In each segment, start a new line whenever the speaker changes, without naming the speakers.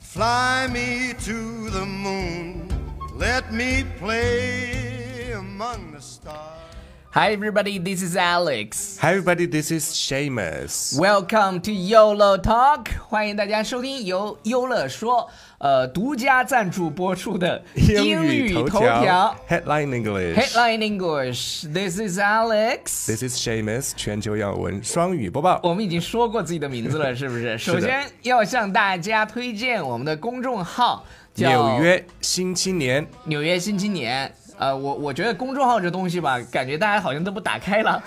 Fly me to the moon. Let me play among the stars.
Hi everybody, this is Alex.
Hi everybody, this is Seamus.
Welcome to YOLO Talk，欢迎大家收听由优乐说呃独家赞助播出的 英语头条
Headline English。
Headline English. This is Alex.
This is Seamus，全球要闻双语播报。
我们已经说过自己的名字了， 是不是？首先要向大家推荐我们的公众号，叫
纽约新青年，
纽约新青年。呃，我我觉得公众号这东西吧，感觉大家好像都不打开了。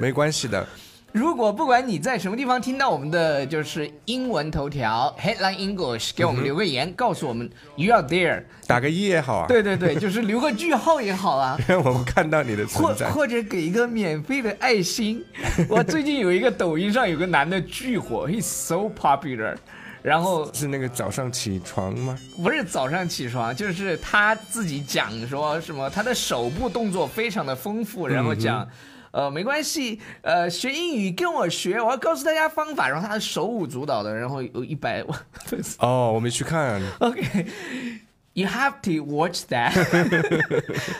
没关系的。
如果不管你在什么地方听到我们的就是英文头条 headline English，给我们留个言，告诉我们 you are there。
打个一也好啊，
对对对，就是留个句号也好啊。
让 我们看到你的
或
存在。
或者给一个免费的爱心。我最近有一个抖音上有个男的巨火，he's so popular。然后
是那个早上起床吗？
不是早上起床，就是他自己讲说什么，他的手部动作非常的丰富，然后讲。呃，没关系，呃，学英语跟我学，我要告诉大家方法。然后他是手舞足蹈的，然后有一百万 粉丝。
哦，我没去看。
OK，you、have to watch that 。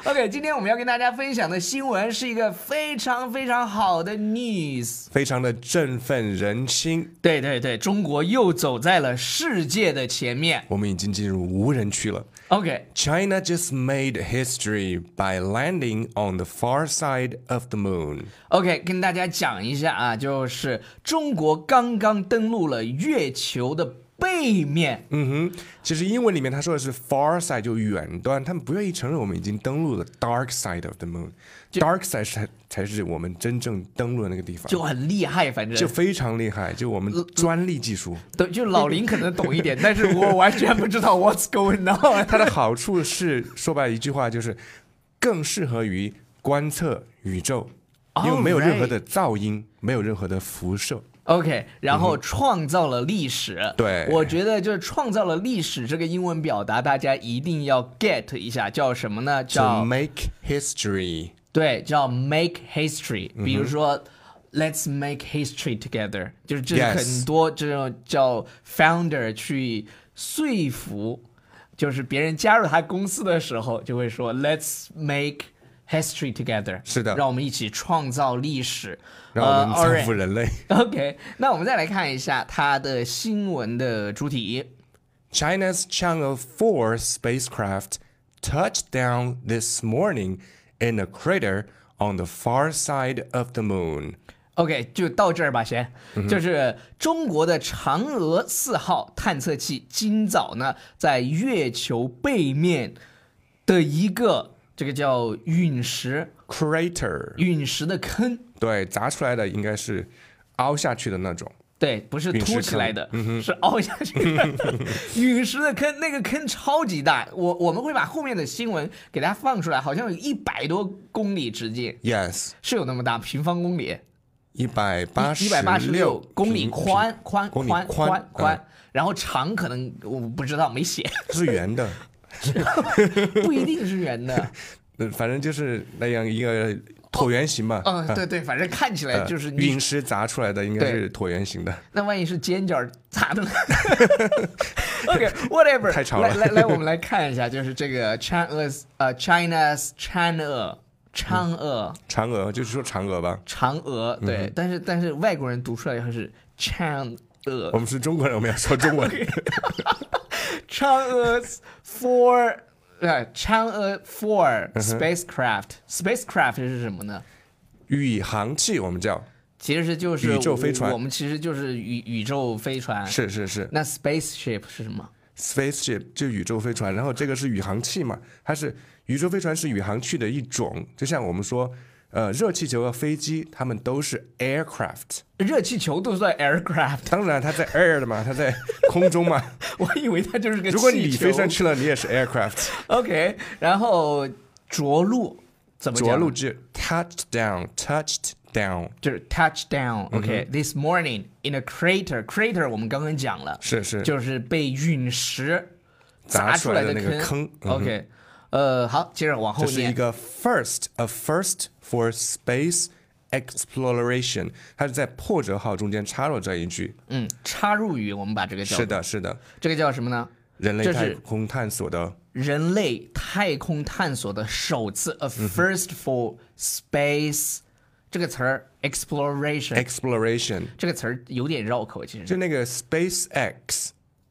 OK，今天我们要跟大家分享的新闻是一个非常非常好的 news。
非常的振奋人心，
对对对，中国又走在了世界的前面。
我们已经进入无人区了。
OK，
China just made history by landing on the far side of the moon.
OK，跟大家讲一下啊，就是中国刚刚登陆了月球的背面。
嗯哼，其实英文里面他说的是 far side 就远端，他们不愿意承认我们已经登陆了 dark side of the moon。dark side 才才是我们真正登陆的那个地方，
就呃很厉害，反正
就非常厉害，就我们专利技术。
对，就老林可能懂一 点，但是我完全不知道 what's going on。
它的好处是，说白一句话就是，更适合于观测宇宙，因为没有任何的噪音，没有任何的辐射。
OK，然后创造了历史。
嗯对
我觉得就是创造了历史这个英文表达，大家一定要 get 一下，叫什么呢？叫
To make history，
对，叫 make history。比
嗯
如说、l e t s make history together，就是这是
Yes
很多这种叫 founder 去说服，就是别人加入他公司的时候，就会说 Let's make history together。
是的
让我们一起创造历史，
让我
呃
们造福
alright
人类。
OK，那我们再来看一下它的新闻的主体。
China's Chang'e 4 spacecraft touched down this morning in a crater on the far side of the moon.
OK，就到这儿吧，先。就是中国的嫦娥四号探测器今早呢，在月球背面的一个这个叫陨石
Crater，
陨石的坑，
对，砸出来的应该是凹下去的那种。
对，不是凸起来的，是凹下去的 陨石的坑。那个坑超级大，我我们会把后面的新闻给大家放出来，好像有一百多公里直径，
Yes，
是有那么大，平方公里。
一百八十
一百八十六公里
平
宽宽
公里
宽
宽
宽
嗯
宽，然后长可能我不知道没 写，
是圆的，
不一定是圆的。
呃反正就是那样一个椭圆形嘛。
嗯，
啊
对对，反正看起来
呃
就是你。
陨石砸出来的，应该是椭圆形的。
那万一是尖角咋 的呢？OK，whatever、
太长了
来来来，我们来看一下，就是这个 China's 呃 China's
嗯
China 嫦娥
嫦娥就是说嫦娥吧，
嫦娥
嗯
对，但是但是外国人读出来还是嫦娥
我。们是中国人，我们要 说中文。
Chang'e's four 呃 Chang'e
嗯
four spacecraft、spacecraft 是什么呢？
宇航器我们叫，
其实就是
宇宙飞船
我们其实就是宇宇宙飞船。
是是是。
那 spaceship 是什么？
spaceship 就宇宙飞船，然后这个是宇航器嘛，它是宇宙飞船是宇航器的一种，就像我们说，呃，热气球和飞机，它们都是 aircraft。
热气球都算 aircraft，
当然，它在 air 的嘛，它在空中嘛。
我以为它就是个气球。
如果你飞上去了，你也是 aircraft。
，OK，然后着陆怎么讲
着陆至 touchdown，touched down，
就是
嗯
touchdown。OK，this、morning in a crater，crater 我们刚刚讲了，
是是
就是被陨石砸
砸出来
的
的那个坑嗯哼
OK，呃，好，接着往后
这是一
念。
个 first，a first for space exploration，它是在破折号中间插入这一句。
嗯，插入语我们把这个叫
是，的，是的，
这个叫什么呢？
人类
这
太
是
空探索的
人类太空探索的首次
嗯
a first for space 这个词儿 exploration
exploration，
这个词儿有点绕口，其实
就那个 SpaceX，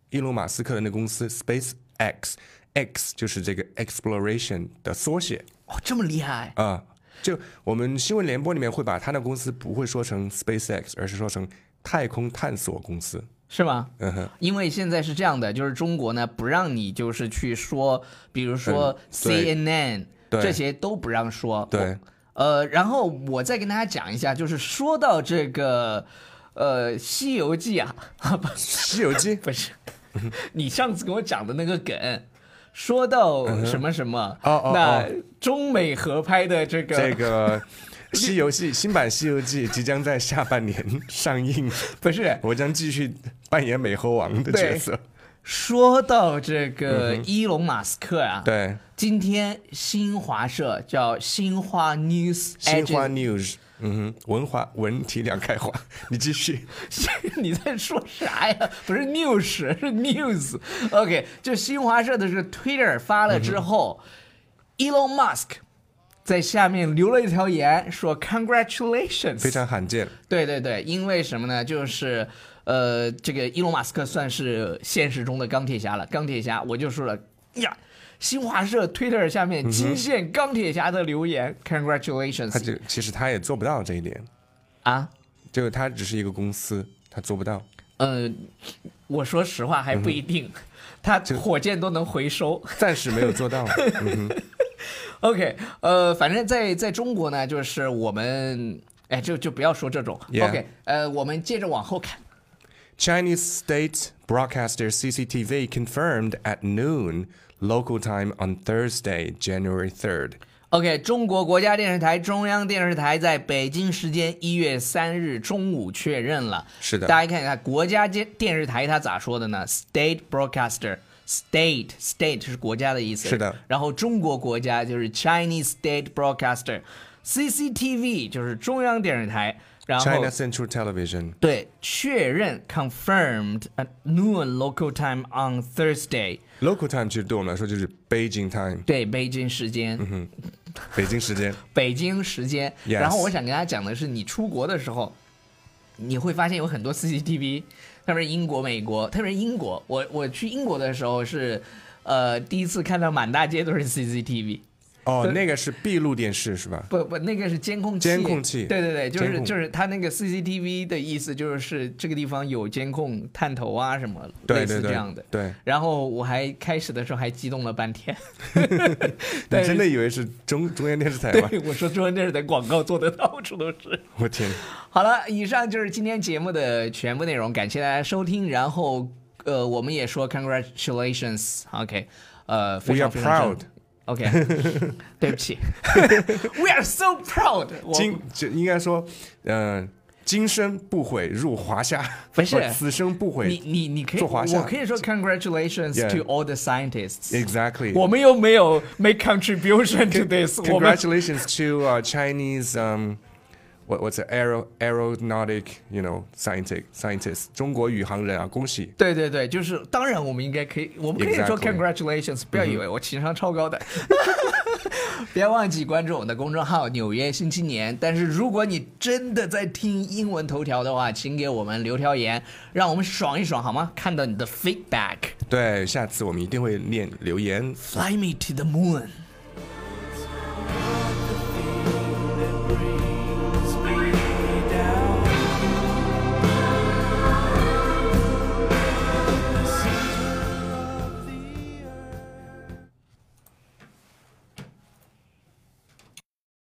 伊隆马斯克的那公司 SpaceX。X 就是这个 exploration 的缩写
哦这么厉害，
啊、就我们新闻联播里面会把他的公司不会说成 SpaceX，而是说成太空探索公司。
是吗？
嗯哼，
因为现在是这样的，就是中国呢不让你就是去说，比如说
嗯对
CNN
对
这些都不让说，
对
呃，然后我再跟大家讲一下，就是说到这个，呃，《西游记》啊， 不
《西游记》
不是， 你上次跟我讲的那个梗，说到什么什么，
嗯哦哦
那
哦
中美合拍的这个，
这个《西游记》新版《西游记》即将在下半年上映，
不是
我将继续扮演美猴王的角色。
说到这个伊隆马斯克啊，，
嗯对，
今天新华社叫新华 News
新华
Agent，
News，嗯哼，文化文体两开花， 你继续。
你在说啥呀？不是 news 是 news，OK，、就新华社的这个 Twitter 发了之后、e l o n Musk 在下面留了一条言说 Congratulations，
非常罕见，
对对对，因为什么呢？就是呃，这个伊隆马斯克算是现实中的钢铁侠了。钢铁侠，我就说了呀，新华社 Twitter 下面惊现钢铁侠的留言、c o n g r a t u l a t i o n
嗯他
s
就其实他也做不到这一点，
啊，
就是他只是一个公司，他做不到。
呃，我说实话还不一定，他火箭都能回收。
暂时没有做到，嗯哼，
OK，呃，反正在在中国呢，就是我们，哎，就就不要说这种。
Yeah
OK，呃，我们接着往后看。
Chinese state broadcaster CCTV confirmed at noon local time on Thursday, January 3rd.
OK，中国国家电视台、中央电视台在北京时间一月三日中午确认了。
是的
大家看一下国家电电视台它咋说的呢？State broadcaster。State state 是国家的意思，
是的
然后中国国家就是 Chinese State Broadcaster，CCTV 就是中央电视台，然后
China Central Television.
对确认 confirmed at noon local time on Thursday，
Local time 其实对我们来说就是 Beijing time，
对北京时间，
北京时间。
北京时间。
Yes
然后我想跟大家讲的是，你出国的时候，你会发现有很多 CCTV，特别是英国、美国，特别是英国。我我去英国的时候是，呃，第一次看到满大街都是 CCTV。
哦，那个是闭路电视是吧？
不不，那个是监控器。
监控器
对对对，就
监
是
控
就是它那个 CCTV 的意思，就是这个地方有监控探头啊什么，
对
类似
对
这
对，
样的。
对，
然后我还开始的时候还激动了半 天，
你真的以为是中中央电视台吗？
对 我说中央电视台广告做的到 处都是。
我天，
好了，以上就是今天节目的全部内容，感谢大家收听。然后，呃，我们也说 congratulations，OK，、呃，非
We
常
are
非常
proud
正 OK，对不 起，We are so proud 我。
今就应该说，嗯、今生不悔入华夏，
不是
此生不
你
悔。
你你可以，
做华夏
我可以说 congratulations
Yeah
to all the scientists。
Exactly.
我们又没有 make contribution to this，我们
Congratulations to uh, Chinese um, what what's it aero aeronautic you know scientific scientists 中国宇航人啊，恭喜！
对对对，就是当然我们应该可以，我们可以说
Exactly
congratulations，不要以为我情商超高的。 别忘记关注我们的公众号《纽约新青年》。但是如果你真的在听英文头条的话，请给我们留条言，让我们爽一爽好吗？看到你的 feedback，fly
对，下次我们一定会念留言。
me to the moon。